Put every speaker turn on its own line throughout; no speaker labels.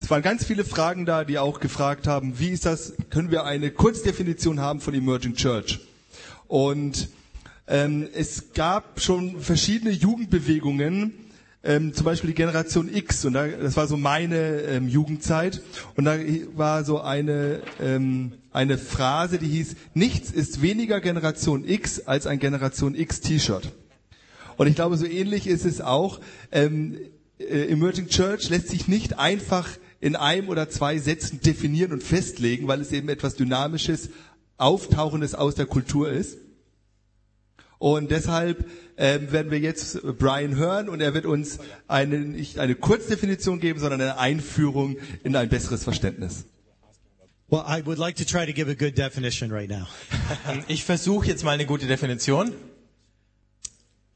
Es waren ganz viele Fragen da, die auch gefragt haben, wie ist das, können wir eine Kurzdefinition haben von Emerging Church? Und ähm, es gab schon verschiedene Jugendbewegungen, ähm, zum Beispiel die Generation X, und da, das war so meine ähm, Jugendzeit, und da war so eine, ähm, eine Phrase, die hieß, nichts ist weniger Generation X als ein Generation X T-Shirt. Und ich glaube, so ähnlich ist es auch. Ähm, äh, Emerging Church lässt sich nicht einfach in einem oder zwei Sätzen definieren und festlegen, weil es eben etwas Dynamisches, Auftauchendes aus der Kultur ist. Und deshalb ähm, werden wir jetzt Brian hören und er wird uns eine, nicht eine Kurzdefinition geben, sondern eine Einführung in ein besseres Verständnis.
Well, I would like to try to give a good definition right now.
Ich versuche jetzt mal eine gute Definition.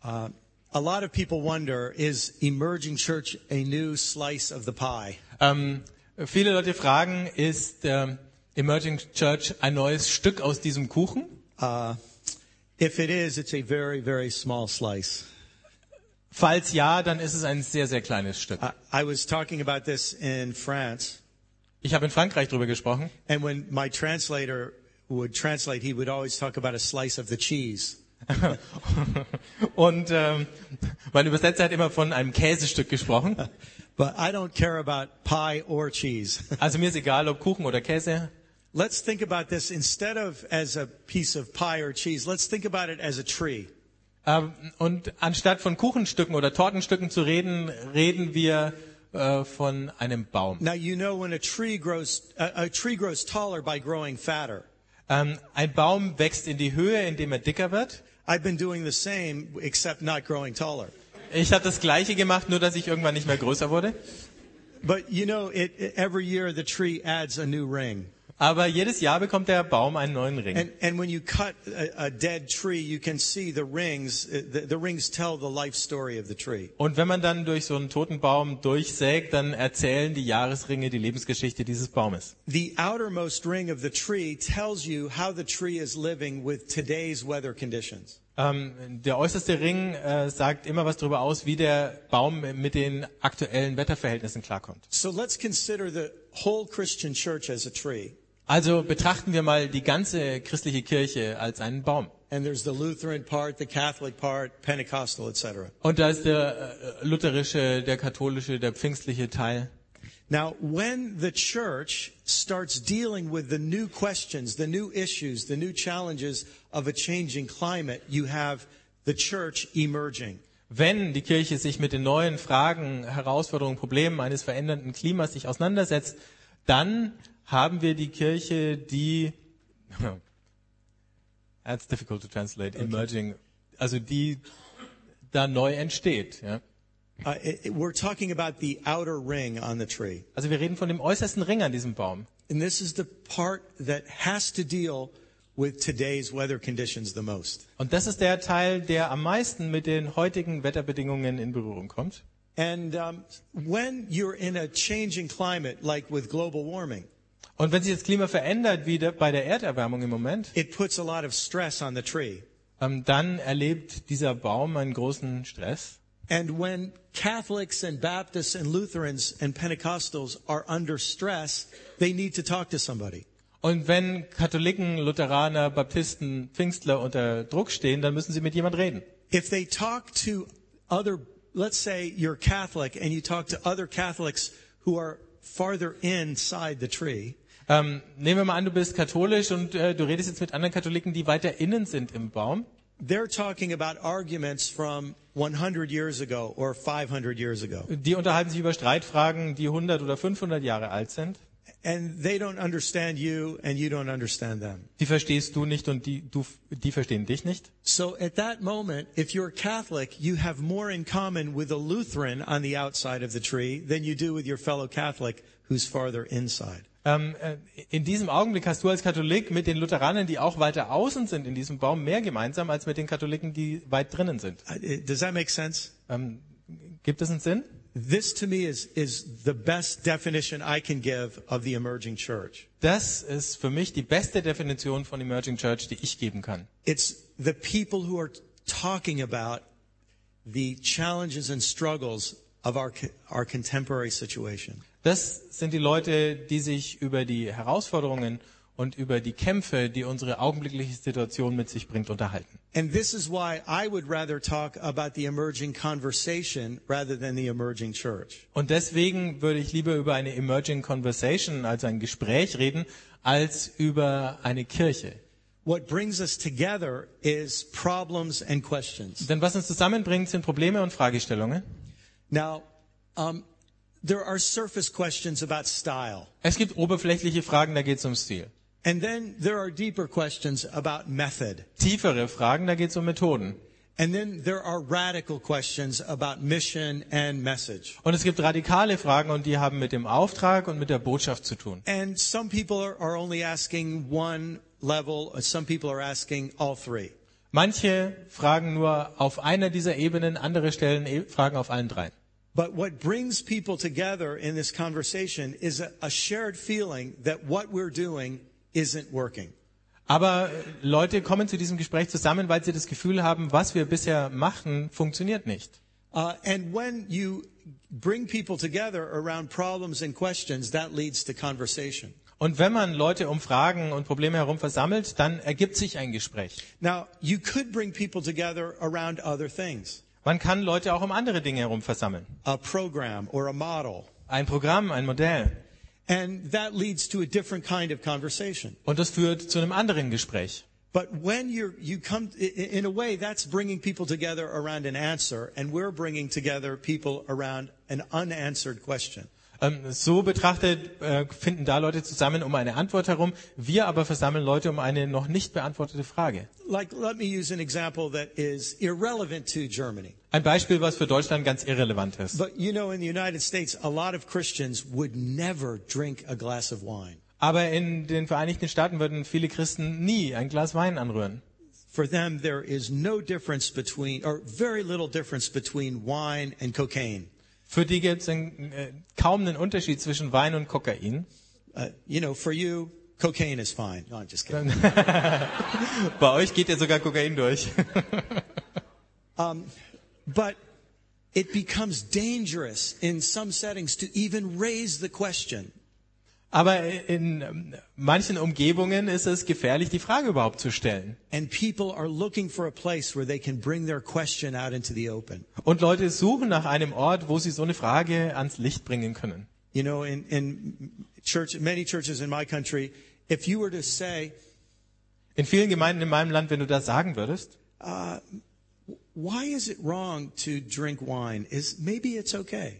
Uh, a lot of people wonder is emerging church a new slice of the pie?
Ähm, viele Leute fragen, ist ähm, Emerging Church ein neues Stück aus diesem Kuchen?
Uh, if it is, it's a very, very small slice.
Falls ja, dann ist es ein sehr, sehr kleines Stück.
I, I was talking about this in France,
Ich habe in Frankreich drüber gesprochen
and when my translator would translate, he would always talk about a slice of the cheese.
und ähm, mein Übersetzer hat immer von einem Käsestück gesprochen.
But I don't care about pie or cheese.
Also mir ist egal, ob Kuchen oder Käse.
Let's think about this instead of as a piece of pie or cheese, let's think about it as a tree.
Ähm, und anstatt von Kuchenstücken oder Tortenstücken zu reden, reden wir äh, von einem Baum.
Now you know when a tree grows a, a tree grows taller by growing fatter.
Ähm, ein Baum wächst in die Höhe, indem er dicker wird.
I've been doing the same except not growing taller.
Ich habe das Gleiche gemacht, nur dass ich irgendwann nicht mehr größer wurde.
But you know it, it- every year the tree adds a new ring.
Aber jedes Jahr bekommt der Baum einen neuen Ring.
And and when you cut a, a dead tree, you can see the rings uh, the, the rings tell the life story of the tree.
Und wenn man dann durch so einen toten Baum durchsägt, dann erzählen die Jahresringe die Lebensgeschichte dieses Baumes.
The outermost ring of the tree tells you how the tree is living with today's weather conditions.
Ähm, der äußerste Ring äh, sagt immer was darüber aus, wie der Baum mit den aktuellen Wetterverhältnissen klarkommt.
So let's consider the whole Christian church as a tree.
Also betrachten wir mal die ganze christliche Kirche als einen Baum.
And there's the Lutheran part, the Catholic part, Pentecostal, etc.
Und da ist der äh, lutherische, der katholische, der pfingstliche Teil.
Now, when the church starts dealing with the new questions, the new issues, the new challenges of a changing climate, you have the church emerging.
Wenn die Kirche sich mit den neuen Fragen, Herausforderungen, Problemen eines verändernden Klimas sich auseinandersetzt, dann haben wir die Kirche, die that's difficult to translate, emerging, also die da neu entsteht. Ja?
Uh, it- it- we're talking about the outer ring on the tree.
Also wir reden von dem äußersten Ring an diesem Baum.
And this is the part that has to deal with today's weather conditions the most.
Und das ist der Teil, der am meisten mit den heutigen Wetterbedingungen in Berührung kommt.
And um, when you're in a changing climate, like with global warming,
Und wenn sich das Klima verändert, wie der- bei der Erderwärmung im Moment,
it puts a lot of stress on the tree.
ähm, dann erlebt dieser Baum einen großen Stress.
And when Catholics and Baptists and Lutherans and Pentecostals are under stress, they need to talk to somebody.
Und wenn Katholiken, Lutheraner, Baptisten, Pfingstler unter Druck stehen, dann müssen sie mit jemand reden.
If they talk to other, let's say you're Catholic and you talk to other Catholics who are farther inside the tree,
Ähm, nehmen wir mal an, du bist katholisch und äh, du redest jetzt mit anderen Katholiken, die weiter innen sind im Baum.
they're talking about arguments from 100 years ago or 500 years ago.
Die unterhalten sich über Streitfragen, die 100 oder 500 Jahre alt sind.
And they don't understand you and you don't understand them.
Die verstehst du nicht und die, du, die verstehen dich nicht.
So at that moment, if you're Catholic, you have more in common with a Lutheran on the outside of the tree than you do with your fellow Catholic who's farther inside. Uh,
Ähm, äh, in diesem Augenblick hast du als Katholik mit den Lutheranern, die auch weiter außen sind in diesem Baum, mehr gemeinsam als mit den Katholiken, die weit drinnen sind.
Uh, it- Does that make sense?
Ähm, gibt es einen Sinn?
This to me is, is the best definition I can give of the emerging church.
Das ist für mich die beste Definition von Emerging Church, die ich geben kann.
It's the people who are talking about the challenges and struggles of our, co- our contemporary situation.
Das sind die Leute, die sich über die Herausforderungen und über die Kämpfe, die unsere augenblickliche Situation mit sich bringt, unterhalten.
And this is why I would rather talk about the emerging conversation rather than the emerging church.
Und deswegen würde ich lieber über eine Emerging Conversation, also ein Gespräch reden, als über eine Kirche.
What brings us together is problems and questions.
Denn was uns zusammenbringt, sind Probleme und Fragestellungen.
Now, um, there are surface questions about style,
Es gibt oberflächliche Fragen, da geht es um Stil.
and then there are deeper questions about method,
Tiefere Fragen, da geht es um Methoden.
and then there are radical questions about mission and message.
Und es gibt radikale Fragen und die haben mit dem Auftrag und mit der Botschaft zu tun.
And some people are, are only asking one level, and some people are asking all three.
Manche fragen nur auf einer dieser Ebenen, andere stellen e Fragen auf allen dreien.
But what brings people together in this conversation is a, a shared feeling that what we're doing isn't working.
Aber äh, Leute kommen zu diesem Gespräch zusammen, weil sie das Gefühl haben, was wir bisher machen, funktioniert nicht.
Uh, and when you bring people together around problems and questions, that leads to conversation.
Und wenn man Leute um Fragen und Probleme herum versammelt, dann ergibt sich ein Gespräch.
Now, you could bring people together around other things,
Man kann Leute auch um andere Dinge herum versammeln.
a program or a model,
Ein Programm, ein Modell.
and that leads to a different kind of conversation.
Und das führt zu einem anderen Gespräch.
But when you're, you come, i- i- in a way, that's bringing people together around an answer, and we're bringing together people around an unanswered question.
Ähm, so betrachtet äh, finden da Leute zusammen um eine Antwort herum. Wir aber versammeln Leute um eine noch nicht beantwortete Frage.
Like, let me use an example that is irrelevant to Germany.
Ein Beispiel, was für Deutschland ganz irrelevant ist.
But you know, in the United States, a lot of Christians would never drink a glass of wine.
Aber in den Vereinigten Staaten würden viele Christen nie ein Glas Wein anrühren.
For them, there is no difference between, or very little difference between wine and cocaine.
Für die gibt es äh, kaum einen Unterschied zwischen Wein und Kokain.
Uh, you know, for you, cocaine is fine. No, I'm just kidding.
Bei euch geht ja sogar Kokain durch.
But it becomes dangerous in some settings to even raise the question.
Aber in ähm, manchen Umgebungen ist es gefährlich, die Frage überhaupt zu stellen.
And people are looking for a place where they can bring their question out into the open.
Und Leute suchen nach einem Ort, wo sie so eine Frage ans Licht bringen können.
You know, in, in church, many churches in my country, if you were to say,
In vielen Gemeinden in meinem Land, wenn du das sagen würdest,
why is it wrong to drink wine? Is maybe it's okay.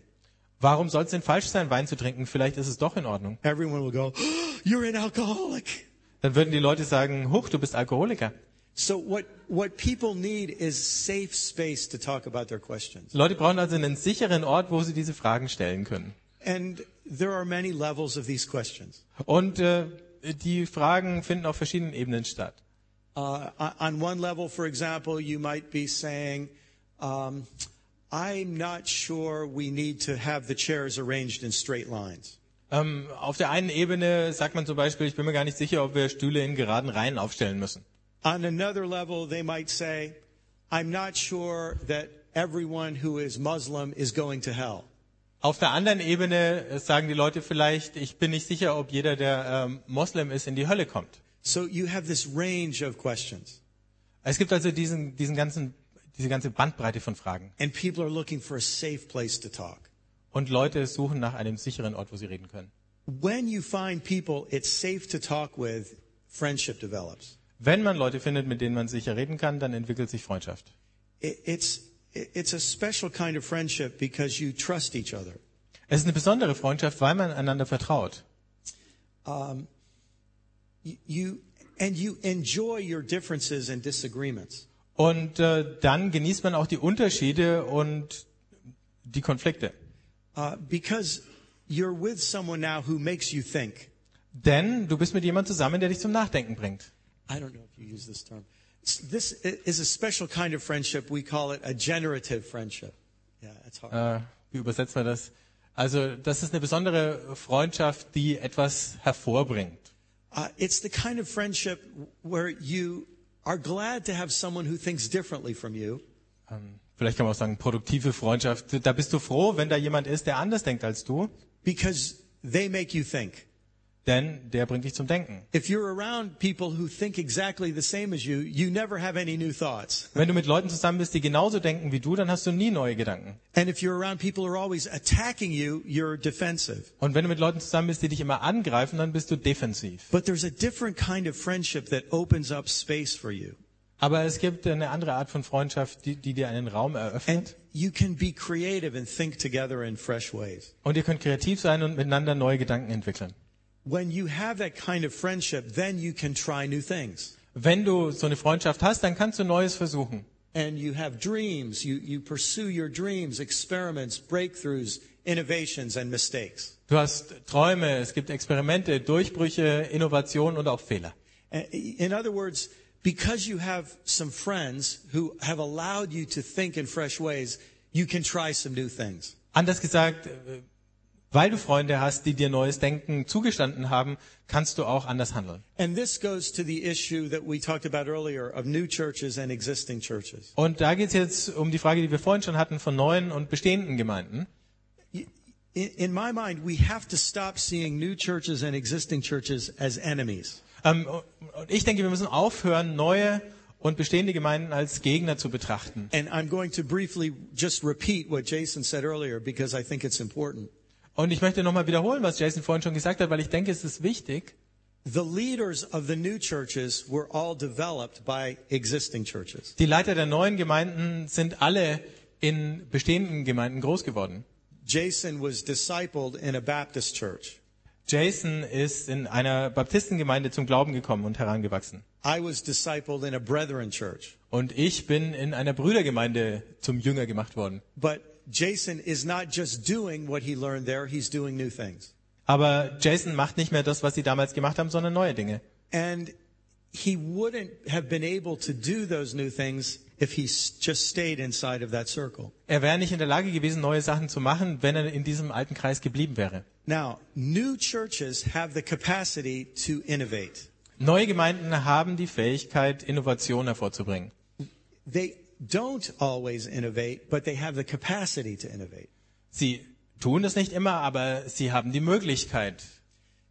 warum soll es denn falsch sein, Wein zu trinken? Vielleicht ist es doch in Ordnung.
Everyone will go, you're an alcoholic.
Dann würden die Leute sagen, huch, du bist Alkoholiker.
So what, what people need is safe space to talk about their questions.
Leute brauchen also einen sicheren Ort, wo sie diese Fragen stellen können.
And there are many levels of these questions.
Und äh, die Fragen finden auf verschiedenen Ebenen statt.
Uh, on one level, for example, you might be saying, um, I'm not sure we need to have the chairs arranged in straight lines.
Ähm, auf der einen Ebene sagt man zum Beispiel, ich bin mir gar nicht sicher, ob wir Stühle in geraden Reihen aufstellen müssen.
On another level, they might say, I'm not sure that everyone who is Muslim is going to hell.
Auf der anderen Ebene äh, sagen die Leute vielleicht, ich bin nicht sicher, ob jeder, der ähm, Moslem ist, in die Hölle kommt.
So you have this range of questions,
Es gibt also diesen, diesen ganzen, diese ganze Bandbreite von Fragen.
and people are looking for a safe place to talk.
Und Leute suchen nach einem sicheren Ort, wo sie reden können.
When you find people it's safe to talk with, friendship develops.
Wenn man Leute findet, mit denen man sicher reden kann, dann entwickelt sich Freundschaft.
It- It's, it's a special kind of friendship because you trust each other.
Es ist eine besondere Freundschaft, weil man einander vertraut.
Y- You, and you enjoy your differences and disagreements.
Und äh, dann genießt man auch die Unterschiede und die Konflikte.
Uh, because you're with someone now who makes you think.
Denn du bist mit jemandem zusammen, der dich zum Nachdenken bringt.
I don't know if you use this term. S- This i- is a special kind of friendship. We call it a generative friendship. Yeah, it's hard.
Äh, wie übersetzt man das? Also das ist eine besondere Freundschaft, die etwas hervorbringt.
Uh, it's the kind of friendship where you are glad to have someone who thinks differently from you,
Ähm, Vielleicht kann man auch sagen, produktive Freundschaft. Da bist du froh, wenn da jemand ist, der anders denkt als du.
because they make you think.
denn der bringt dich zum Denken.
If you're around people who think exactly the same as you, you never have any new thoughts.
Wenn du mit Leuten zusammen bist, die genauso denken wie du, dann hast du nie neue Gedanken.
And if you're around people who are always attacking you, you're defensive.
Und wenn du mit Leuten zusammen bist, die dich immer angreifen, dann bist du defensiv.
But there's a different kind of friendship that opens up space for you.
Aber es gibt eine andere Art von Freundschaft, die, die dir einen Raum
And
eröffnet.
you can be creative and think together in fresh ways.
Und ihr könnt kreativ sein und miteinander neue Gedanken entwickeln.
When you have that kind of friendship, then you can try new things.
Wenn du so eine Freundschaft hast, dann kannst du Neues versuchen.
And you have dreams. You, you pursue your dreams, experiments, breakthroughs, innovations, and mistakes.
Du hast Träume, es gibt Experimente, Durchbrüche, Innovationen und auch Fehler.
Uh, In other words, because you have some friends who have allowed you to think in fresh ways, you can try some new things.
Anders gesagt, äh, weil du Freunde hast, die dir neues Denken zugestanden haben, kannst du auch anders handeln.
And this goes to the issue that we talked about earlier of new churches and existing churches.
Und da geht's jetzt um die Frage, die wir vorhin schon hatten, von neuen und bestehenden Gemeinden.
In, in my mind, we have to stop seeing new churches and existing churches as enemies.
Ähm, und ich denke, wir müssen aufhören, neue und bestehende Gemeinden als Gegner zu betrachten.
And I'm going to briefly just repeat what Jason said earlier because I think it's important.
Und ich möchte nochmal wiederholen, was Jason vorhin schon gesagt hat, weil ich denke, es ist wichtig.
The leaders of the new churches were all developed by existing churches.
Die Leiter der neuen Gemeinden sind alle in bestehenden Gemeinden groß geworden.
Jason was discipled in a Baptist church.
Jason ist in einer Baptistengemeinde zum Glauben gekommen und herangewachsen.
I was discipled in a Brethren church.
Und ich bin in einer Brüdergemeinde zum Jünger gemacht worden.
But Jason is not just doing what he learned there, he's doing new things.
Aber Jason macht nicht mehr das, was sie damals gemacht haben, sondern neue Dinge.
And he wouldn't have been able to do those new things if he s- just stayed inside of that circle.
Er wäre nicht in der Lage gewesen, neue Sachen zu machen, wenn er in diesem alten Kreis geblieben wäre.
Now, new churches have the capacity to innovate.
Neue Gemeinden haben die Fähigkeit, Innovation hervorzubringen.
They don't always innovate, but they have the capacity to innovate.
Sie tun das nicht immer, aber sie haben die Möglichkeit.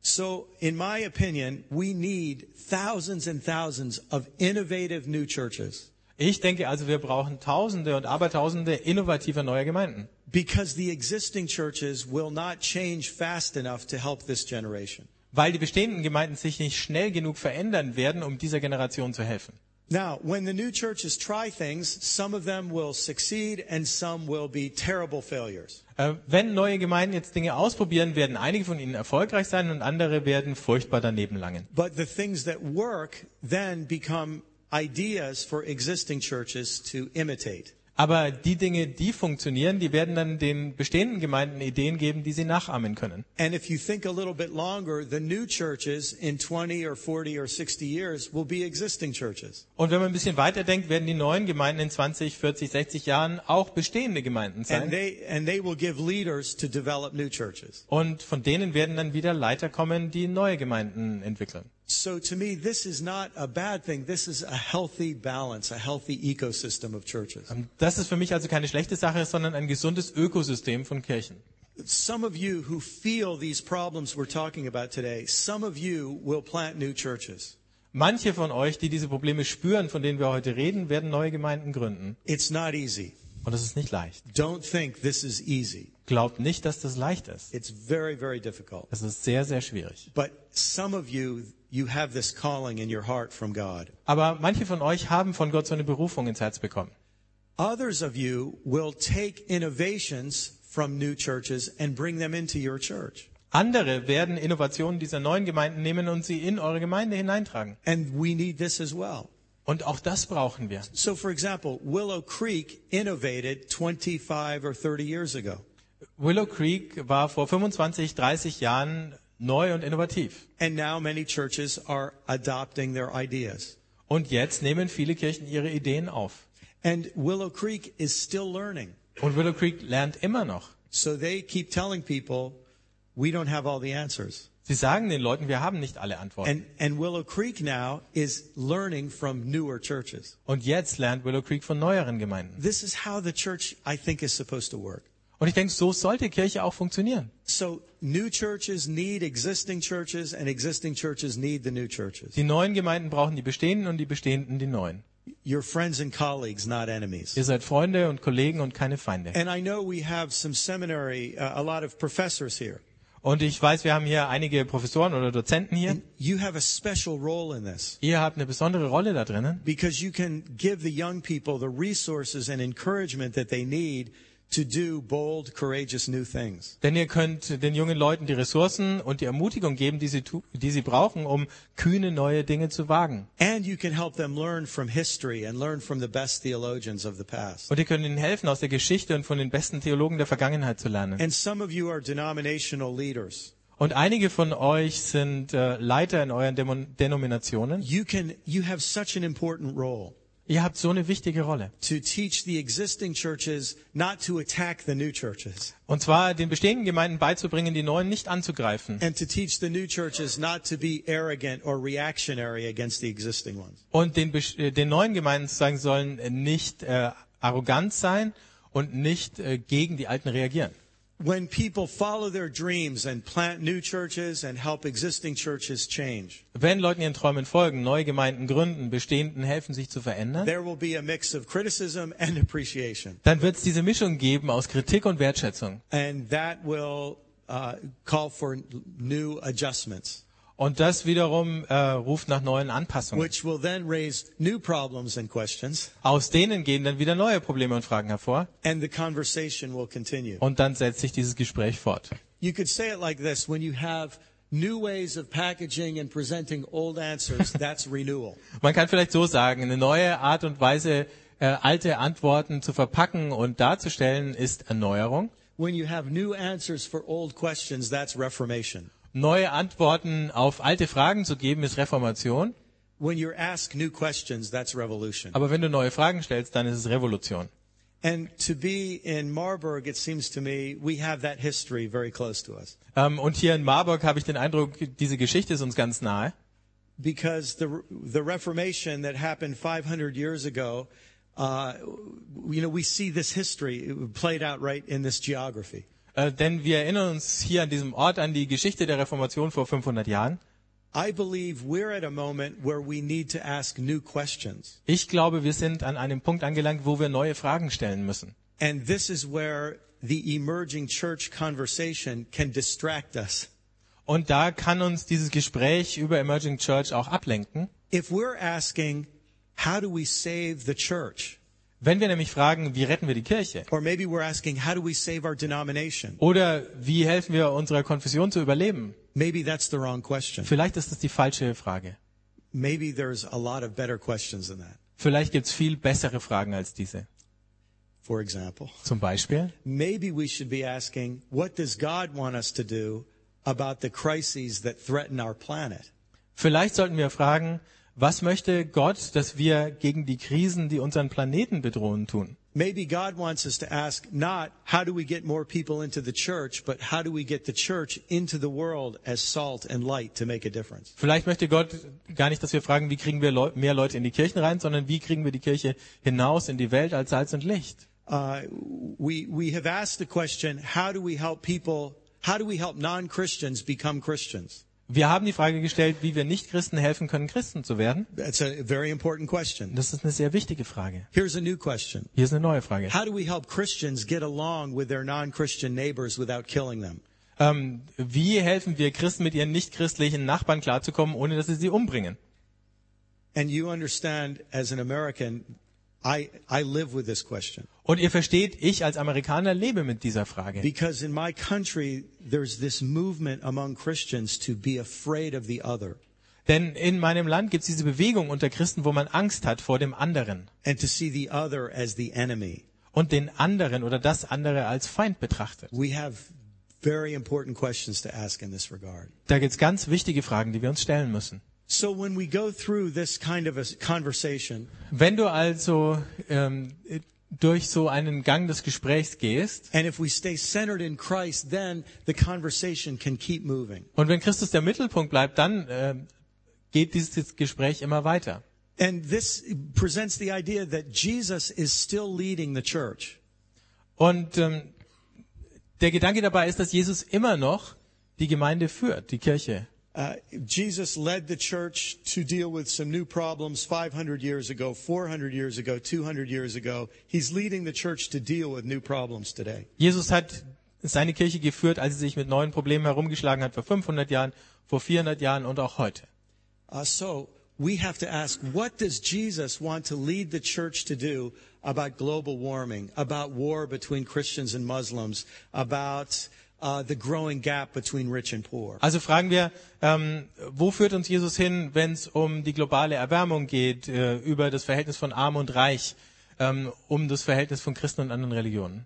So, in my opinion, we need thousands and thousands of innovative new churches
Ich denke also, wir brauchen Tausende und Abertausende innovativer neuer Gemeinden.
because the existing churches will not change fast enough to help this generation.
Weil die bestehenden Gemeinden sich nicht schnell genug verändern werden, um dieser Generation zu helfen.
Now, when the new churches try things, some of them will succeed and some will be terrible failures.
Äh, Wenn neue Gemeinden jetzt Dinge ausprobieren, werden einige von ihnen erfolgreich sein und andere werden furchtbar daneben langen.
But the things that work then become ideas for existing churches to imitate.
Aber die Dinge, die funktionieren, die werden dann den bestehenden Gemeinden Ideen geben, die sie nachahmen können.
And if you think a little bit longer, the new churches in 20 or 40 or 60 years will be existing churches.
Und wenn man ein bisschen weiterdenkt, werden die neuen Gemeinden in 20, 40, 60 Jahren auch bestehende Gemeinden
And
sein.
they, and they will give leaders to develop new churches.
Und von denen werden dann wieder Leiter kommen, die neue Gemeinden entwickeln.
So to me, this is not a bad thing. This is a healthy balance, a healthy ecosystem of churches.
Das ist für mich also keine schlechte Sache, sondern ein gesundes Ökosystem von Kirchen.
Some of you who feel these problems we're talking about today, some of you will plant new churches.
Manche von euch, die diese Probleme spüren, von denen wir heute reden, werden neue Gemeinden gründen.
It's not easy.
Und das ist nicht leicht.
Don't think this is easy.
Glaubt nicht, dass das leicht ist.
It's very, very difficult.
Das ist sehr, sehr schwierig.
But some of you, you have this calling in your heart from God.
Aber manche von euch haben von Gott so eine Berufung ins Herz bekommen.
Others of you will take innovations from new churches and bring them into your church.
Andere werden Innovationen dieser neuen Gemeinden nehmen und sie in eure Gemeinde hineintragen.
And we need this as well.
Und auch das brauchen wir.
So, for example, Willow Creek innovated 25 or 30 years ago.
Willow Creek war vor 25, 30 Jahren neu und innovativ.
And now many churches are adopting their ideas.
Und jetzt nehmen viele Kirchen ihre Ideen auf.
And Willow Creek is still learning.
Und Willow Creek lernt immer noch.
So they keep telling people, we don't have all the answers.
Sie sagen den Leuten, wir haben nicht alle Antworten.
And, and Willow Creek now is learning from newer churches.
Und jetzt lernt Willow Creek von neueren Gemeinden.
This is how the church, I think, is supposed to work.
Und ich denke, so sollte Kirche auch funktionieren.
So new churches need existing churches, and existing churches need the new churches.
Die neuen Gemeinden brauchen die bestehenden und die bestehenden die neuen.
Your friends and colleagues, not enemies.
Ihr seid Freunde und Kollegen und keine Feinde.
And I know we have some seminary, uh, a lot of professors here.
Und ich weiß, wir haben hier einige Professoren oder Dozenten hier.
You have a special role in this
Ihr habt eine besondere Rolle da drinnen,
because you can give the young people the resources and encouragement that they need to do bold, courageous new things.
denn ihr könnt den jungen Leuten die Ressourcen und die Ermutigung geben, die sie, tu- die sie brauchen, um kühne neue Dinge zu wagen.
And you can help them learn from history and learn from the best theologians of the past.
Und ihr könnt ihnen helfen, aus der Geschichte und von den besten Theologen der Vergangenheit zu lernen.
And some of you are denominational leaders.
Und einige von euch sind äh, Leiter in euren Demo- Denominationen.
You can, you have such an important role
Ihr habt so eine wichtige Rolle.
to teach the existing churches not to attack the new churches
Und zwar den bestehenden Gemeinden beizubringen, die neuen nicht anzugreifen.
and to teach the new churches not to be arrogant or reactionary against the existing ones.
Und den, besch- äh, den neuen Gemeinden zu sagen sollen, äh, nicht äh, arrogant sein und nicht äh, gegen die Alten reagieren.
When people follow their dreams and plant new churches and help existing churches change,
Wenn Leuten ihren Träumen folgen, neue Gemeinden gründen, bestehenden helfen, sich zu verändern,
there will be a mix of criticism and appreciation.
dann wird es diese Mischung geben aus Kritik und Wertschätzung.
and that will uh, call for new adjustments,
Und das wiederum äh, ruft nach neuen Anpassungen.
which will then raise new problems and questions,
Aus denen gehen dann wieder neue Probleme und Fragen hervor.
and the conversation will continue.
Und dann setzt sich dieses Gespräch fort.
You could say it like this when you have new ways of packaging and presenting old answers, that's renewal.
Man kann vielleicht so sagen, eine neue Art und Weise, äh, alte Antworten zu verpacken und darzustellen, ist Erneuerung.
When you have new answers for old questions, that's reformation.
Neue Antworten auf alte Fragen zu geben, ist Reformation.
When you're asked new questions, that's revolution.
Aber wenn du neue Fragen stellst, dann ist es Revolution.
And to be in Marburg, it seems to me, we have that history very close to us.
Ähm, und hier in Marburg habe ich den Eindruck, diese Geschichte ist uns ganz nahe.
because the the Reformation that happened 500 years ago, uh, you know, we see this history played out right in this geography.
Äh, denn wir erinnern uns hier an diesem Ort an die Geschichte der Reformation vor 500 Jahren.
I believe we're at a moment where we need to ask new questions,
Ich glaube, wir sind an einem Punkt angelangt, wo wir neue Fragen stellen müssen.
and this is where the emerging church conversation can distract us.
Und da kann uns dieses Gespräch über Emerging Church auch ablenken.
If we're asking, how do we save the church?
Wenn wir nämlich fragen, wie retten wir die Kirche?
Or maybe we're asking, how do we save our denomination?
Oder wie helfen wir unserer Konfession zu überleben?
Maybe that's the wrong question.
Vielleicht ist das die falsche Frage.
Maybe there's a lot of better questions than that.
Vielleicht gibt's viel bessere Fragen als diese.
For example.
Zum Beispiel,
maybe we should be asking, what does God want us to do about the crises that threaten our planet?
vielleicht sollten wir fragen, was möchte Gott, dass wir gegen die Krisen, die unseren Planeten bedrohen, tun?
Maybe God wants us to ask not how do we get more people into the church, but how do we get the church into the world as salt and light to make a difference?
Vielleicht möchte Gott gar nicht, dass wir fragen, wie kriegen wir Leu mehr Leute in die Kirchen rein, sondern wie kriegen wir die Kirche hinaus in die Welt als Salz und Licht?
Uh, we, we have asked the question, how do we help people, how do we help non-Christians become Christians?
Wir haben die Frage gestellt, wie wir Nichtchristen helfen können, Christen zu werden.
That's a very important question.
Das ist eine sehr wichtige Frage.
Here's a new question.
Hier ist eine neue Frage.
How do we help Christians get along with their non-Christian neighbors without killing them?
Ähm, wie helfen wir Christen mit ihren nichtchristlichen Nachbarn klarzukommen, ohne dass sie sie umbringen?
And you understand, as an American, I, I live with this question.
Und ihr versteht, ich als Amerikaner lebe mit dieser Frage.
Because in my country, there's this movement among Christians to be afraid of the other
Denn in meinem Land gibt es diese Bewegung unter Christen, wo man Angst hat vor dem anderen
and to see the other as the enemy.
und den anderen oder das andere als Feind betrachtet.
We have very important questions to ask in this regard.
Da gibt es ganz wichtige Fragen, die wir uns stellen müssen.
So when we go through this kind of a conversation,
Wenn du also ähm, durch so einen Gang des Gesprächs gehst,
and if we stay centered in Christ, then the conversation can keep moving.
Und wenn Christus der Mittelpunkt bleibt, dann äh, geht dieses Gespräch immer weiter.
And this presents the idea that Jesus is still leading the church.
Und ähm, der Gedanke dabei ist, dass Jesus immer noch die Gemeinde führt, die Kirche.
Uh, Jesus led the church to deal with some new problems 500 years ago, 400 years ago, 200 years ago. He's leading the church to deal with new problems today.
Jesus hat seine Kirche geführt, als sie sich mit neuen Problemen herumgeschlagen hat, vor 500 Jahren, vor 400 Jahren und auch heute.
Uh, so we have to ask, what does Jesus want to lead the church to do about global warming, about war between Christians and Muslims, about uh, the growing gap between rich and poor?
Also fragen wir, ähm, wo führt uns Jesus hin, wenn es um die globale Erwärmung geht, äh, über das Verhältnis von Arm und Reich, ähm, um das Verhältnis von Christen und anderen Religionen?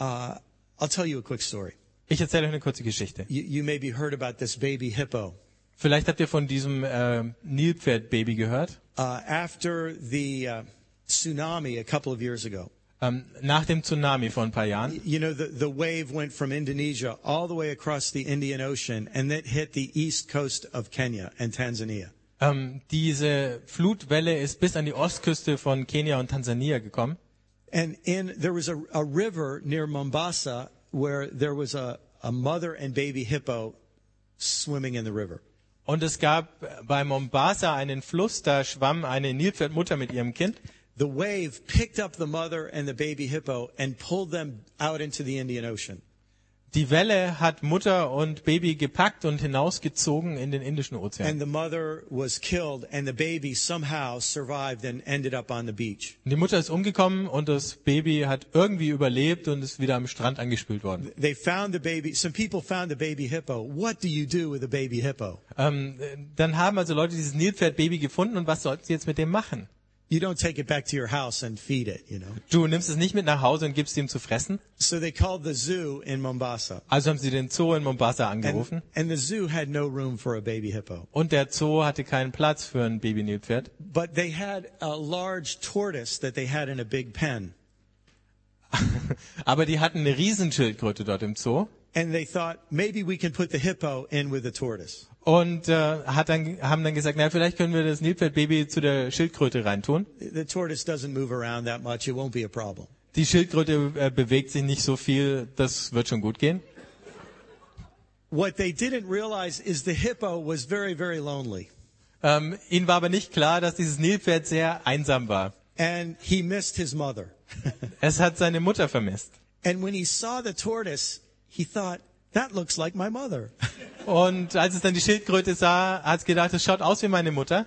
Uh, I'll tell you a quick story.
Ich erzähle euch eine kurze Geschichte.
You, you maybe heard about this baby hippo.
Vielleicht habt ihr von diesem äh, Nilpferdbaby gehört.
Uh, after the uh, tsunami a couple of years ago,
Ähm, nach dem Tsunami vor ein paar Jahren
you know, the, the wave went from Indonesia all the way across the Indian Ocean and it hit the east coast of Kenya and Tanzania.
Ähm, diese Flutwelle ist bis an die Ostküste von Kenia und Tansania gekommen.
And in, there was a, a river near Mombasa where there was a, a mother and baby hippo swimming in the river.
Und es gab bei Mombasa einen Fluss, da schwamm eine Nilpferdmutter mit ihrem Kind.
The wave picked up the mother and the baby hippo and pulled them out into the Indian Ocean.
Die Welle hat Mutter und Baby gepackt und hinausgezogen in den Indischen Ozean.
And the mother was killed and the baby somehow survived and ended up on the beach.
Die Mutter ist umgekommen und das Baby hat irgendwie überlebt und ist wieder am Strand angespült worden.
They found the baby, some people found the baby hippo. What do you do with a baby hippo?
Ähm, dann haben also Leute dieses Nilpferdbaby gefunden und was sollten sie jetzt mit dem machen?
You don't take it back to your house and feed it, you know.
Du nimmst es nicht mit nach Hause und gibst ihm zu fressen?
So they called the zoo in Mombasa.
Also haben sie den Zoo in Mombasa
And,
angerufen
and the zoo had no room for a baby hippo.
und der Zoo hatte keinen Platz für ein Baby-Nilpferd.
But they had a large tortoise that they had in a big pen.
Aber die hatten eine Riesenschildkröte dort im Zoo
And they thought, maybe we can put the hippo in with the tortoise.
und äh, hat dann, haben dann gesagt, na vielleicht können wir das Nilpferdbaby zu der Schildkröte reintun.
The tortoise doesn't move around that much. It won't be a problem.
Die Schildkröte äh, bewegt sich nicht so viel, das wird schon gut gehen.
What they didn't realize is the hippo was very, very lonely.
Ähm, ihnen war aber nicht klar, dass dieses Nilpferd sehr einsam war.
And he missed his mother.
Es hat seine Mutter vermisst.
And when he saw the tortoise, he thought, that looks like my mother.
Und als es dann die Schildkröte sah, hat es gedacht, es schaut aus wie meine Mutter.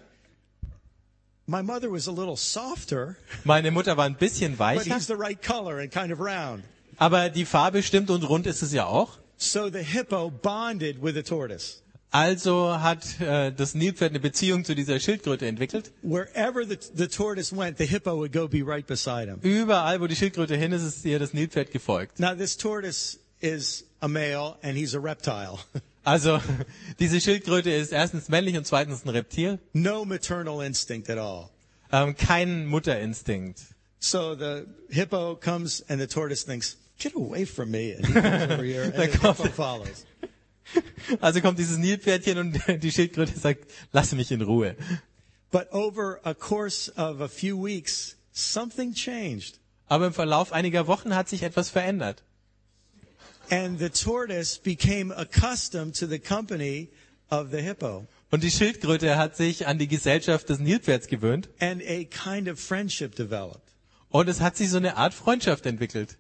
My mother was a little softer,
Meine Mutter war ein bisschen
but
weicher,
he's the right color and kind of round.
aber die Farbe stimmt und rund ist es ja auch.
So the hippo bonded with the tortoise.
Also hat äh, das Nilpferd eine Beziehung zu dieser Schildkröte entwickelt.
Wherever the, the tortoise went, the hippo would go be right beside him.
Überall, wo die Schildkröte hin ist, ist ihr das Nilpferd gefolgt.
Now this tortoise is a male and he's a reptile.
Also diese Schildkröte ist erstens männlich und zweitens ein Reptil.
no maternal instinct at all.
Ähm, kein Mutterinstinkt.
So the hippo comes and the tortoise thinks, get away from me. And he comes over here and the hippo follows.
Also kommt dieses Nilpferdchen und die Schildkröte sagt, lass mich in Ruhe.
But over a course of a few weeks, something changed.
Aber im Verlauf einiger Wochen hat sich etwas verändert.
And the tortoise became accustomed to the company of the hippo.
Und die Schildkröte hat sich an die Gesellschaft des Nilpferds gewöhnt
And a kind of friendship developed.
und es hat sich so eine Art Freundschaft entwickelt.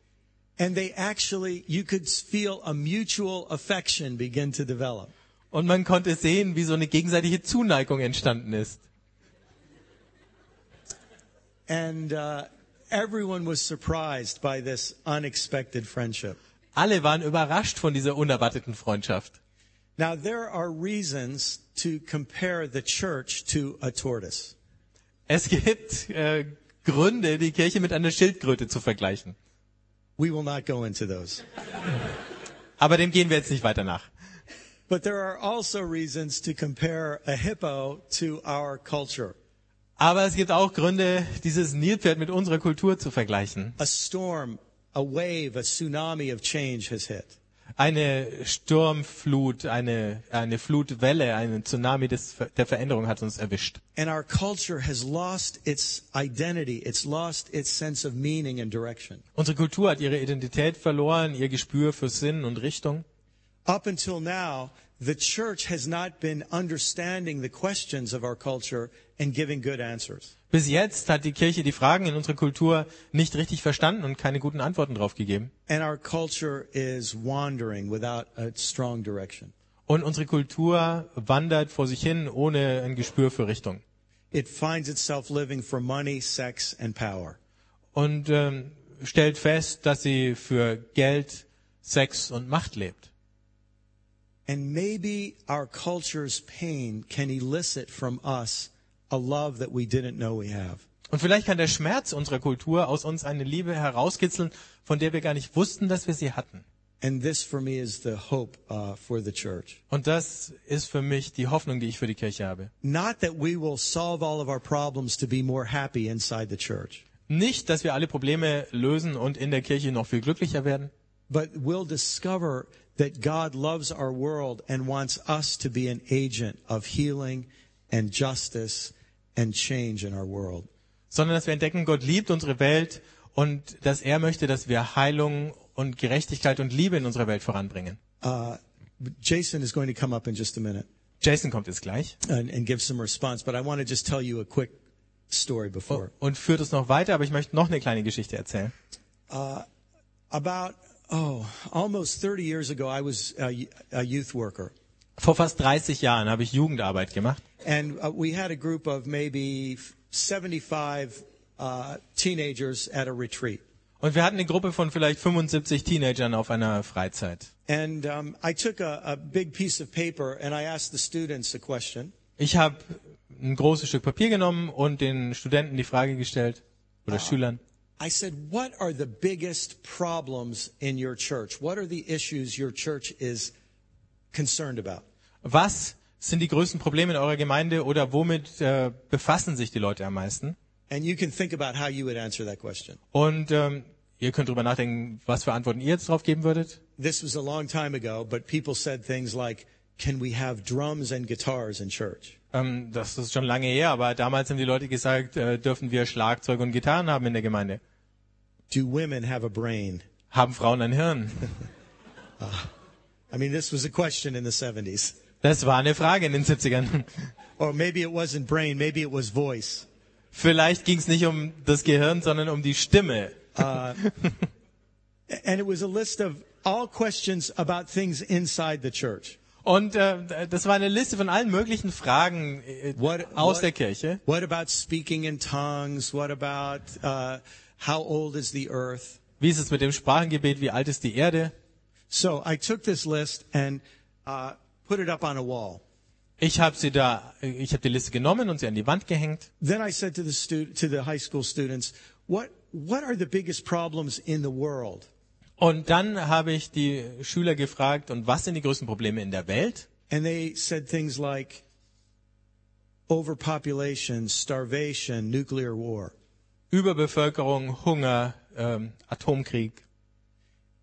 And they actually, you could feel a mutual affection begin to develop.
Und man konnte sehen, wie so eine gegenseitige Zuneigung entstanden ist.
And uh, everyone was surprised by this unexpected friendship.
Alle waren überrascht von dieser unerwarteten Freundschaft.
Now, there are reasons to compare the church to a tortoise.
Es gibt äh, Gründe, die Kirche mit einer Schildkröte zu vergleichen.
We will not go into those.
Aber dem gehen wir jetzt nicht weiter nach.
But there are also reasons to compare a hippo to our culture.
Aber es gibt auch Gründe, dieses Nilpferd mit unserer Kultur zu vergleichen.
A storm, a wave, a tsunami of change has hit.
eine Sturmflut, eine, eine Flutwelle, eine Tsunami des, Ver- der Veränderung hat uns erwischt.
And our culture has lost its identity. It's lost its sense of meaning and direction.
Unsere Kultur hat ihre Identität verloren, ihr Gespür für Sinn und Richtung.
Up until now, the church has not been understanding the questions of our culture and giving good answers.
Bis jetzt hat die Kirche die Fragen in unserer Kultur nicht richtig verstanden und keine guten Antworten drauf gegeben.
And our culture is wandering without a strong direction.
Und unsere Kultur wandert vor sich hin ohne ein Gespür für Richtung.
It finds itself living for money, sex, and power.
Und ähm, stellt fest, dass sie für Geld, Sex und Macht lebt.
And maybe our culture's pain can elicit from us a love that we didn't know we have.
Und vielleicht kann der Schmerz unserer Kultur aus uns eine Liebe herauskitzeln, von der wir gar nicht wussten, dass wir sie hatten.
And this, for me, is the hope uh, for the church.
Und das ist für mich die Hoffnung, die ich für die Kirche habe.
Not that we will solve all of our problems to be more happy inside the church,
Nicht, dass wir alle Probleme lösen und in der Kirche noch viel glücklicher werden,
but we'll discover that God loves our world and wants us to be an agent of healing and justice and change in our world.
sondern dass wir entdecken, Gott liebt unsere Welt und dass er möchte, dass wir Heilung und Gerechtigkeit und Liebe in unserer Welt voranbringen.
Jason is going to come up in just a minute
Jason kommt jetzt gleich
and, and give some response, but I want to just tell you a quick story before.
und führt es noch weiter, aber ich möchte noch eine kleine Geschichte erzählen.
About, oh, almost 30 years ago, I was a, a youth worker.
Vor fast 30 Jahren habe ich Jugendarbeit gemacht
And uh, we had a group of maybe 75 uh, teenagers at a retreat.
und wir hatten eine Gruppe von vielleicht 75 Teenagern auf einer Freizeit.
And um, I took a, a big piece of paper and I asked the students a question.
Ich habe ein großes Stück Papier genommen und den Studenten die Frage gestellt oder Schülern.
I said, What are the biggest problems in your church? What are the issues your church is concerned about?
Was sind die größten Probleme in eurer Gemeinde oder womit äh, befassen sich die Leute am meisten?
And you can think about how you would answer that question.
Und ähm, ihr könnt drüber nachdenken, was für Antworten ihr jetzt drauf geben würdet.
This was a long time ago, but people said things like, Can we have drums and guitars in church?
Ähm, das ist schon lange her, aber damals haben die Leute gesagt, äh, dürfen wir Schlagzeug und Gitarren haben in der Gemeinde?
Do women have a brain?
Haben Frauen ein Hirn?
I mean, this was a question in the 70s.
Das war eine Frage in den 70ern.
Or maybe it wasn't brain, maybe it was voice.
Vielleicht ging es nicht um das Gehirn, sondern um die Stimme.
Ah. And it was a list of all questions about things inside the church.
Und äh, das war eine Liste von allen möglichen Fragen äh, aus
what-
der Kirche.
What about speaking in tongues? What about uh, how old is the earth?
Wie ist es mit dem Sprachengebet? Wie alt ist die Erde?
So I took this list and uh, put it up on a wall.
Ich habe sie da, ich habe die Liste genommen und sie an die Wand gehängt.
Then I said to the stu- to the high school students, "What what are the biggest problems in the world?"
Und dann habe ich die Schüler gefragt, und was sind die größten Probleme in der Welt?
And they said things like overpopulation, starvation, nuclear war.
Überbevölkerung, Hunger, ähm, Atomkrieg.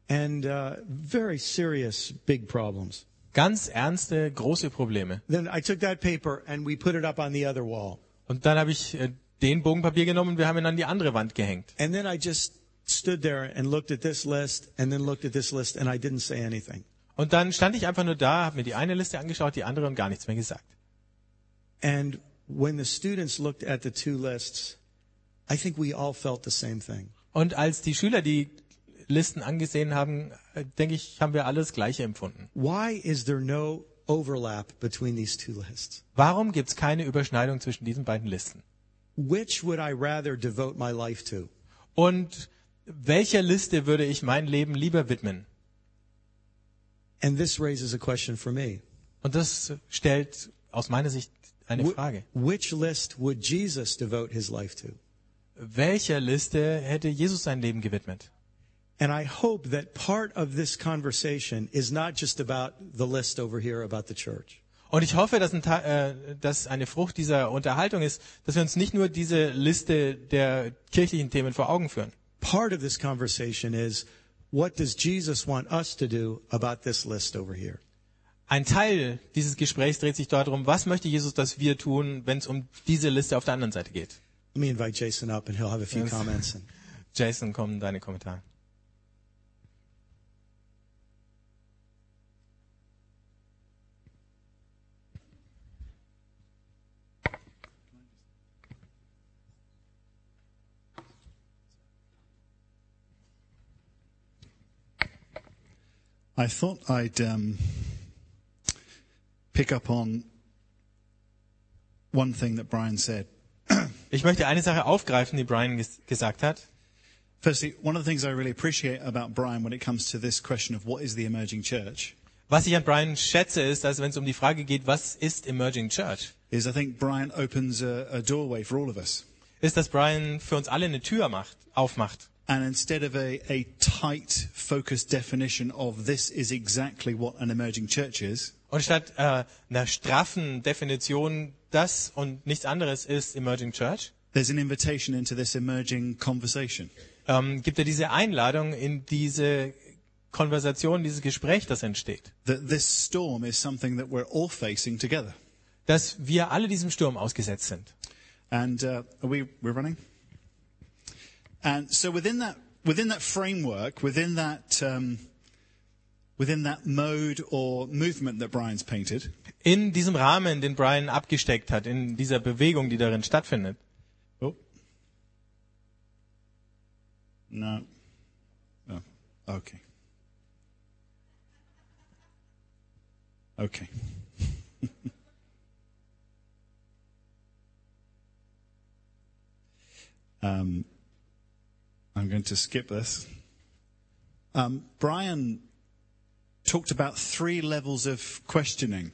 and uh, very serious big problems.
Ganz ernste, große Probleme.
Then I took that paper and we put it up on the other wall.
Und dann habe ich äh, den Bogen Papier genommen und wir haben ihn an die andere Wand gehängt.
And then I just stood there and looked at this list and then looked at this list and I didn't say anything.
Und dann stand ich einfach nur da, habe mir die eine Liste angeschaut, die andere und gar nichts mehr gesagt.
And when the students looked at the two lists, I think we all felt the same thing.
Und als die Schüler die Listen angesehen haben, äh, denke ich, haben wir alles Gleiche empfunden.
Why is there no overlap between these two lists?
Warum gibt es keine Überschneidung zwischen diesen beiden Listen?
Which would I rather devote my life to?
Und welcher Liste würde ich mein Leben lieber widmen?
And this raises a question for me.
Und das stellt aus meiner Sicht eine
Wh-
Frage.
which list would Jesus devote his life to?
Welcher Liste hätte Jesus sein Leben gewidmet?
And I hope that part of this conversation is not just about the list over here about the church,
Und ich hoffe, dass, ein Ta äh, dass eine Frucht dieser Unterhaltung ist, dass wir uns nicht nur diese Liste der kirchlichen Themen vor Augen führen.
part of this conversation is what does Jesus want us to do about this list over here?
Ein Teil dieses Gesprächs dreht sich darum, was möchte Jesus, dass wir tun, wenn es um diese Liste auf der anderen Seite geht.
Let me invite Jason up and he'll have a few
Yes.
comments. And
Jason, kommen deine Kommentare.
I thought I'd um, pick up on one thing that Brian said.
Ich möchte eine Sache aufgreifen, die Brian ges gesagt hat.
Firstly, one of the things I really appreciate about Brian when it comes to this question of what is the emerging church
Was ich an Brian schätze, ist, dass wenn es um die Frage geht, was ist Emerging Church,
is I think Brian opens a, a doorway for all of us.
ist, dass Brian für uns alle eine Tür macht, aufmacht.
And instead of a, a tight, focused definition of this is exactly what an emerging church is,
Und statt äh, einer straffen Definition, das und nichts anderes ist Emerging Church,
there's an invitation into this emerging conversation.
ähm, gibt er diese Einladung in diese Konversation, dieses Gespräch, das entsteht.
That this storm is something that we're all facing together.
Dass wir alle diesem Sturm ausgesetzt sind.
And uh, are we we're running? And so within that within that framework, within that um, within that mode or movement that Brian's painted,
In diesem Rahmen, den Brian abgesteckt hat, in dieser Bewegung, die darin stattfindet.
Oh. No. Oh, okay. Okay. um, I'm going to skip this. Um, Brian talked about three levels of questioning.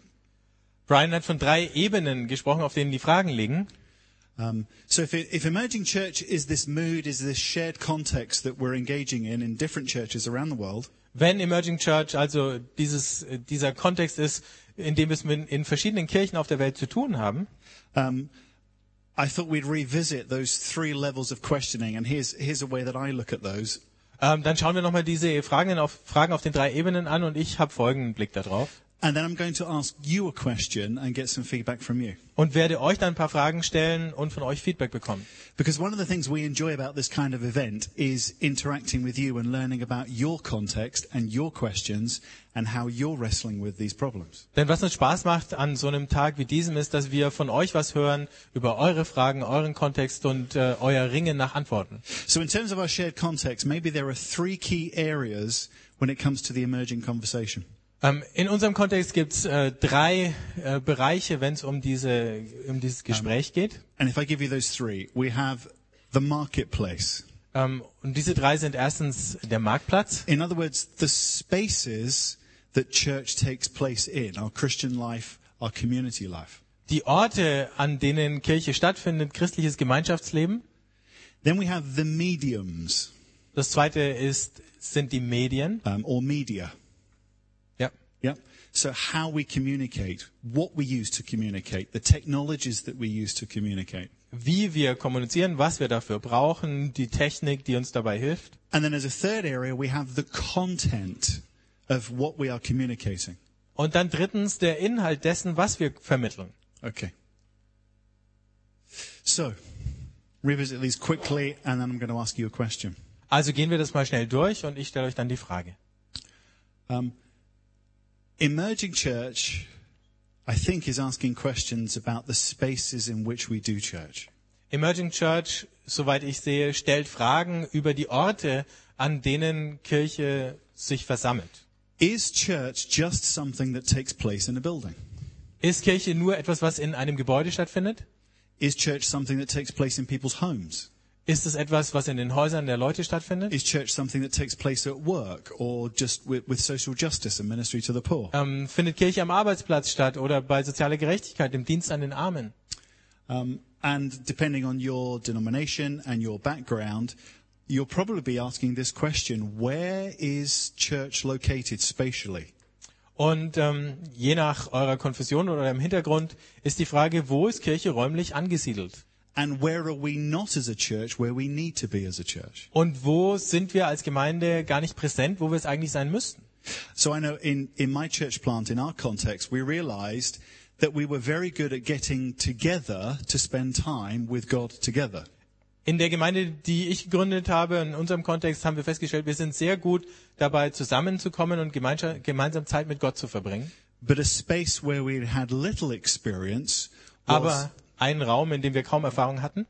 Brian hat von drei Ebenen gesprochen, auf denen die Fragen liegen.
Um, so if, if emerging church is this mood, is this shared context that we're engaging in in different churches around the world,
Wenn Emerging Church also dieses, äh, dieser Kontext ist, in dem wir es mit, in verschiedenen Kirchen auf der Welt zu tun haben,
I thought we'd revisit those three levels of questioning. And here's, here's a way that I look at those.
ähm, dann schauen wir nochmal diese Fragen auf, Fragen auf den drei Ebenen an und ich habe folgenden Blick darauf
And then I'm going to ask you a question and get some feedback from you.
und werde euch dann ein paar Fragen stellen und von euch Feedback bekommen.
Because one of the things we enjoy about this kind of event is interacting with you and learning about your context and your questions and how you're wrestling with these problems.
Denn was uns Spaß macht an so einem Tag wie diesem ist, dass wir von euch was hören über eure Fragen, euren Kontext und äh, euer Ringen nach Antworten.
So in terms of our shared context, maybe there are three key areas when it comes to the emerging conversation.
Ähm, in unserem Kontext gibt's äh, drei äh, Bereiche, wenn es um, diese, um dieses Gespräch geht.
And if I give you those three, we have the marketplace.
Ähm, und diese drei sind erstens der Marktplatz.
In other words, the spaces that church takes place in, our Christian life, our community life.
Die Orte, an denen Kirche stattfindet, christliches Gemeinschaftsleben.
Then we have the mediums
Das zweite ist, sind die Medien.
um, or media.
Ja.
Yep. So how we communicate, what we use to communicate, the technologies that we use to communicate.
Wie wir kommunizieren, was wir dafür brauchen, die Technik, die uns dabei hilft.
And then as a third area, we have the content of what we are communicating.
Und dann drittens der Inhalt dessen, was wir vermitteln.
Okay. So revisit these quickly and then I'm going to ask you a question.
Also gehen wir das mal schnell durch und ich stelle euch dann die Frage.
Emerging church, I think, is asking questions about the spaces in which we do church.
Emerging Church, soweit ich sehe, stellt Fragen über die Orte, an denen Kirche sich versammelt.
Is church just something that takes place in a building?
Ist Kirche nur etwas, was in einem Gebäude stattfindet?
Is church something that takes place in people's homes?
Ist es etwas, was in den Häusern der Leute stattfindet?
Is church something that takes place at work or just with, with social justice and ministry to the poor?
Ähm, findet Kirche am Arbeitsplatz statt oder bei sozialer Gerechtigkeit, im Dienst an den Armen?
And depending on your denomination and your background, you'll probably be asking this question, where is church located spatially?
Und ähm, je nach eurer Konfession oder eurem Hintergrund ist die Frage, wo ist Kirche räumlich angesiedelt?
And where are we not as a church where we need to be as a church?
Und wo sind wir als Gemeinde gar nicht präsent, wo wir es eigentlich sein müssten?
So I know in, in my church plant, in our context, we realized that we were very good at getting together to spend time with God together.
In der Gemeinde, die ich gegründet habe, in unserem Kontext haben wir festgestellt, wir sind sehr gut dabei, zusammenzukommen und gemeinsam, gemeinsam Zeit mit Gott zu verbringen.
But a space where we had little experience was,
Aber ein Raum, in dem wir kaum Erfahrung hatten,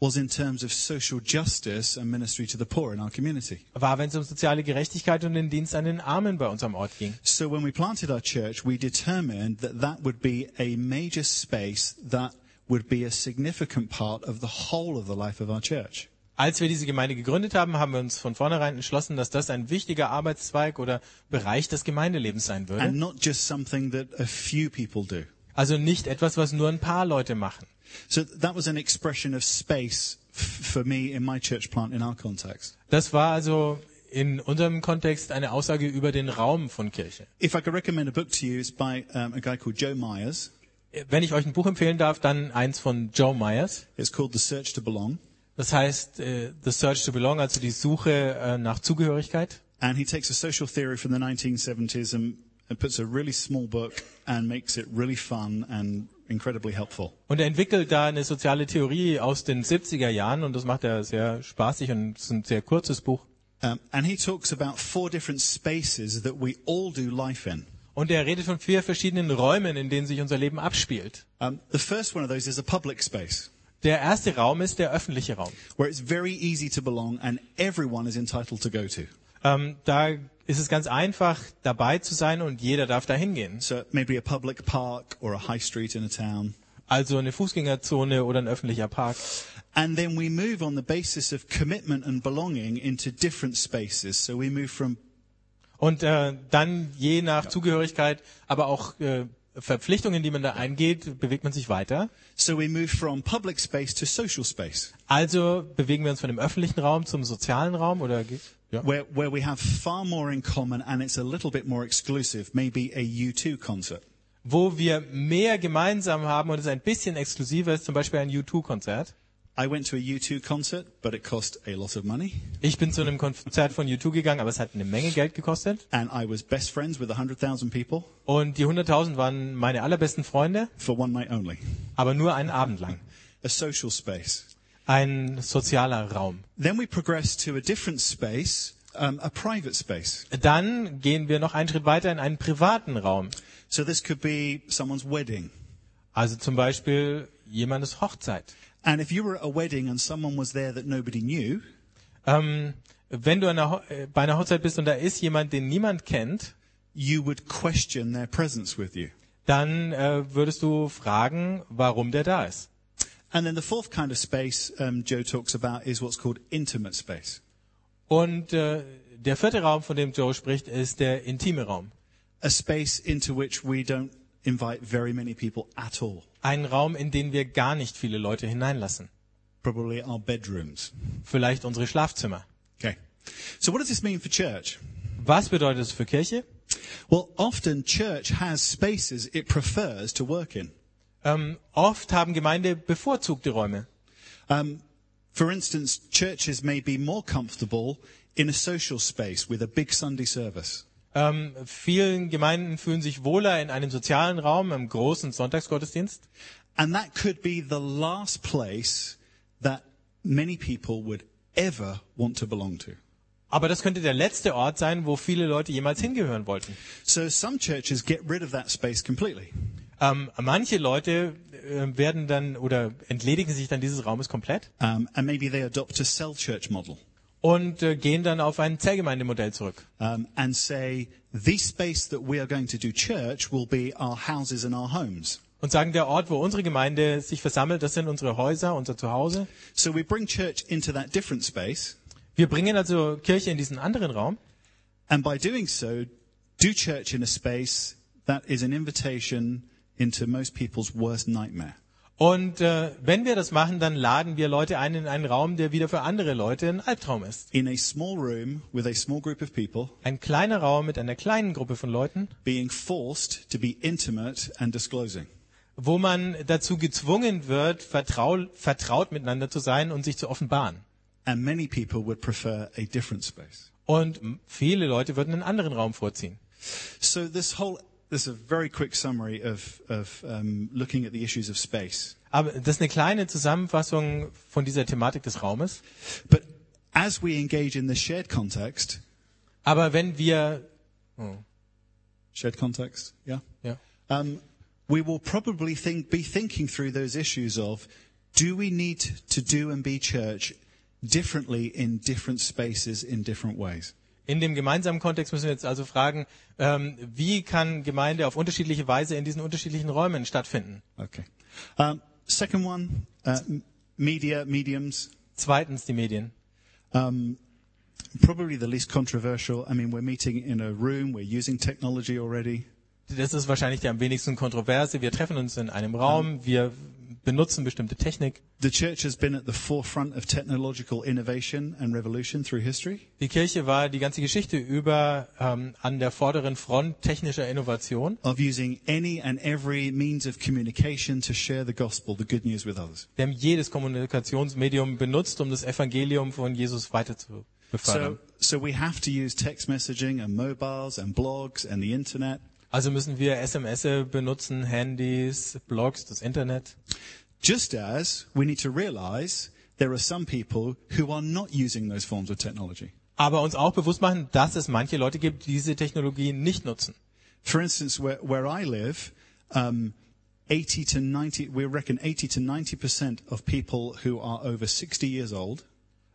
was in terms of social justice and ministry to the poor in our community.
war, wenn es um soziale Gerechtigkeit und den Dienst an den Armen bei unserem Ort ging.
So when we planted our church, we determined that that would be a major space that would be a significant part of the whole of the life of our church.
Als wir diese Gemeinde gegründet haben, haben wir uns von vornherein entschlossen, dass das ein wichtiger Arbeitszweig oder Bereich des Gemeindelebens sein würde.
And not just something that a few people do.
Also nicht etwas, was nur ein paar Leute machen.
So that was an expression of space f- for me in my church plant in our context.
Das war also in unserem Kontext eine Aussage über den Raum von Kirche.
If I could recommend a book to you, it's by um, a guy called Joe Myers.
Wenn ich euch ein Buch empfehlen darf, dann eins von Joe Myers.
It's called The Search to Belong.
Das heißt äh, The Search to Belong, also die Suche äh, nach Zugehörigkeit.
And he takes a social theory from the 1970s and, and puts a really small book and makes it really fun and incredibly helpful.
Und er entwickelt da eine soziale Theorie aus den 70er Jahren und das macht er sehr spaßig und es ist ein sehr kurzes Buch.
Um, and he talks about four different spaces that we all do life in.
Und er redet von vier verschiedenen Räumen, in denen sich unser Leben abspielt.
Um, the first one of those is a public space
Der erste Raum ist der öffentliche Raum.
where it's very easy to belong and everyone is entitled to go to.
Ähm, da ist es ganz einfach, dabei zu sein und jeder darf da hingehen.
So maybe a public park or a high street in a town.
Also eine Fußgängerzone oder ein öffentlicher Park.
And then we move on the basis of commitment and belonging into different spaces. So we move from
Und äh, dann je nach Zugehörigkeit, aber auch äh, Verpflichtungen, die man da eingeht, bewegt man sich weiter.
so we move from public space to social space,
Also bewegen wir uns von dem öffentlichen Raum zum sozialen Raum oder ge- ja.
where where we have far more in common and it's a little bit more exclusive. Maybe a U2 concert.
wo wir mehr gemeinsam haben und es ein bisschen exklusiver ist, zum Beispiel ein U2-Konzert.
I went to a U2 concert, but it cost a lot of money,
Ich bin zu einem Konzert von U2 gegangen, aber es hat eine Menge Geld gekostet.
and I was best friends with 100,000 people
Und die 100.000 waren meine allerbesten Freunde,
for one night only.
aber nur einen Abend lang.
A social space.
Ein sozialer Raum.
Then we progress to a different space, um, a private space.
Dann gehen wir noch einen Schritt weiter in einen privaten Raum.
So this could be someone's wedding.
Also zum Beispiel jemandes Hochzeit.
And if you were at a wedding and someone was there that nobody knew,
Ähm, wenn du an einer, Ho- äh, bei einer Hochzeit bist und da ist jemand, den niemand kennt,
you would question their presence with you.
dann äh, würdest du fragen, warum der da ist.
And then the fourth kind of space um, Joe talks about is what's called intimate space.
Und äh, der vierte Raum, von dem Joe spricht, ist der intime Raum.
A space into which we don't invite very many people at all.
Ein Raum, in den wir gar nicht viele Leute hineinlassen.
Probably our bedrooms.
Vielleicht unsere Schlafzimmer.
Okay. So what does this mean for church?
Was bedeutet es für Kirche?
Well, often church has spaces it prefers to work in.
Ähm, oft haben Gemeinde bevorzugte Räume.
For instance, churches may be more comfortable in a social space with a big Sunday service.
Ähm, vielen Gemeinden fühlen sich wohler in einem sozialen Raum, im großen Sonntagsgottesdienst.
And that could be the last place that many people would ever want to belong to.
Aber das könnte der letzte Ort sein, wo viele Leute jemals hingehören wollten.
So some churches get rid of that space completely.
Ähm, manche Leute äh, werden dann oder entledigen sich dann dieses Raumes komplett
Um, and maybe they adopt a cell church model
und äh, gehen dann auf ein Zellgemeindemodell zurück
um, and say, the space that we are going to do church will be our houses and our homes.
und sagen, der Ort, wo unsere Gemeinde sich versammelt, das sind unsere Häuser, unser Zuhause.
So we bring church into that different space.
Wir bringen also Kirche in diesen anderen Raum
And by doing so, do church in a space that is an invitation into most people's worst nightmare.
und äh, wenn wir das machen, dann laden wir Leute ein in einen Raum, der wieder für andere Leute ein Albtraum ist.
In a small room with a small group of people,
Ein kleiner Raum mit einer kleinen Gruppe von Leuten,
being forced to be intimate and disclosing.
wo man dazu gezwungen wird, vertrau, vertraut miteinander zu sein und sich zu offenbaren.
And many people would prefer a different space.
Und m- viele Leute würden einen anderen Raum vorziehen.
So this whole this is a very quick summary of of um, looking at the issues of space.
Aber das ist eine kleine Zusammenfassung von dieser Thematik des Raumes.
But as we engage in this shared context,
Aber wenn wir,
shared context, yeah,
ja,
um, we will probably think be thinking through those issues of do we need to do and be church differently in different spaces in different ways.
in dem gemeinsamen Kontext müssen wir jetzt also fragen, ähm, wie kann Gemeinde auf unterschiedliche Weise in diesen unterschiedlichen Räumen stattfinden?
Okay. Um, second one, uh, m- media mediums.
Zweitens die Medien.
Probably the least controversial. I mean, we're meeting in a room. We're using technology already.
Das ist wahrscheinlich der am wenigsten kontroverse. Wir treffen uns in einem Raum, wir benutzen bestimmte Technik.
The church has been at the forefront of technological innovation and revolution through history.
Die Kirche war die ganze Geschichte über ähm, an der vorderen Front technischer Innovation,
Of using any and every means of communication to share the gospel, the good news with others.
Wir haben jedes Kommunikationsmedium benutzt, um das Evangelium von Jesus weiter zu befördern.
So, so we have to use text messaging and mobiles and blogs and the internet
also müssen wir SMS e benutzen, Handys, Blogs, das Internet.
Just as we need to realize there are some people who are not using those forms of technology.
Aber uns auch bewusst machen, dass es manche Leute gibt, die diese Technologie nicht nutzen.
For instance, where, where I live, um, 80 to 90, we reckon 80 to 90% of people who are over 60 years old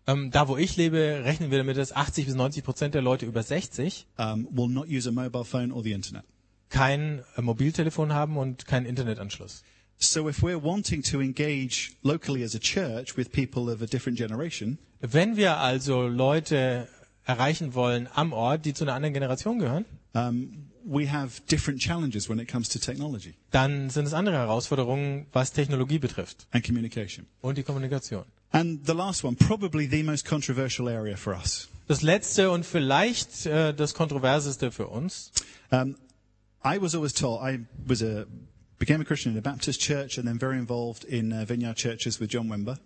Ähm, da, wo ich lebe, rechnen wir damit, dass 80 bis 90 Prozent der Leute über 60
um, will not use a mobile phone or the internet.
kein äh, Mobiltelefon haben und keinen Internetanschluss.
So if we're wanting to engage locally as a church with people of a different generation,
Wenn wir also Leute erreichen wollen am Ort, die zu einer anderen Generation gehören,
um, we have different challenges when it comes to technology
dann sind es andere Herausforderungen, was Technologie betrifft.
and communication.
und die Kommunikation.
And the last one, probably the most controversial area for us.
Das letzte und vielleicht äh, das kontroverseste für uns.
I was always told I was a became a Christian in a Baptist church and then very involved in uh, vineyard churches with John Wimber.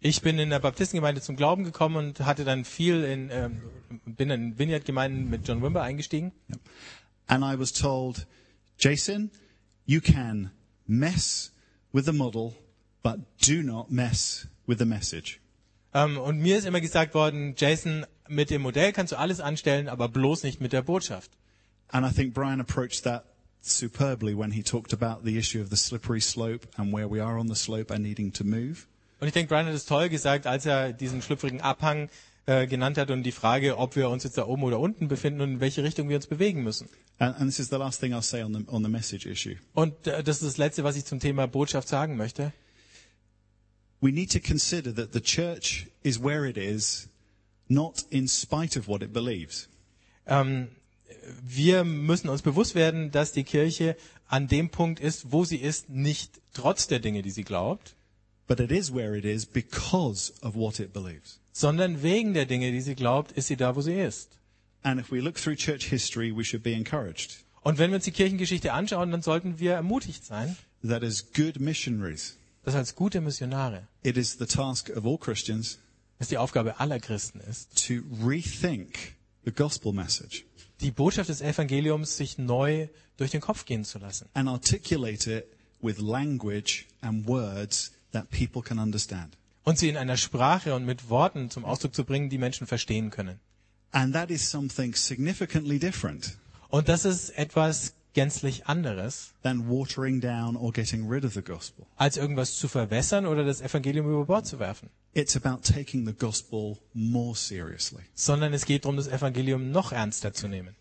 Ich bin in der Baptistengemeinde zum Glauben gekommen und hatte dann viel in ähm, bin dann in Vineyard-Gemeinden mit John Wimber eingestiegen
And I was told, Jason, you can mess with the model, but do not mess with the message.
ähm, und mir ist immer gesagt worden, Jason, mit dem Modell kannst du alles anstellen, aber bloß nicht mit der Botschaft.
And I think Brian approached that superbly when he talked about the issue of the slippery slope and where we are on the slope and needing to move.
Und ich denke, Brian hat es toll gesagt, als er diesen schlüpfrigen Abhang äh, genannt hat und die Frage, ob wir uns jetzt da oben oder unten befinden und in welche Richtung wir uns bewegen müssen.
And, and this is the last thing I'll say on the on the message issue.
Und äh, das ist das Letzte, was ich zum Thema Botschaft sagen möchte.
we need to consider that the church is where it is, not in spite of what it believes.
ähm, wir müssen uns bewusst werden, dass die Kirche an dem Punkt ist, wo sie ist, nicht trotz der Dinge, die sie glaubt,
But it is where it is because of what it believes.
sondern wegen der Dinge, die sie glaubt, ist sie da, wo sie ist.
And if we look through church history, we should be encouraged
Und wenn wir uns die Kirchengeschichte anschauen, dann sollten wir ermutigt sein,
that as good missionaries,
dass als gute Missionare
it is the task of all Christians
es die Aufgabe aller Christen ist,
to rethink the gospel message
die Botschaft des Evangeliums sich neu durch den Kopf gehen zu lassen
and articulate it with language and words that people can understand.
und sie in einer Sprache und mit Worten zum Ausdruck zu bringen, die Menschen verstehen können.
And that is something significantly different
Und das ist etwas gänzlich anderes,
than watering down or getting rid of the gospel.
als irgendwas zu verwässern oder das Evangelium über Bord zu werfen,
It's about taking the gospel more seriously.
sondern es geht darum, das Evangelium noch ernster zu nehmen.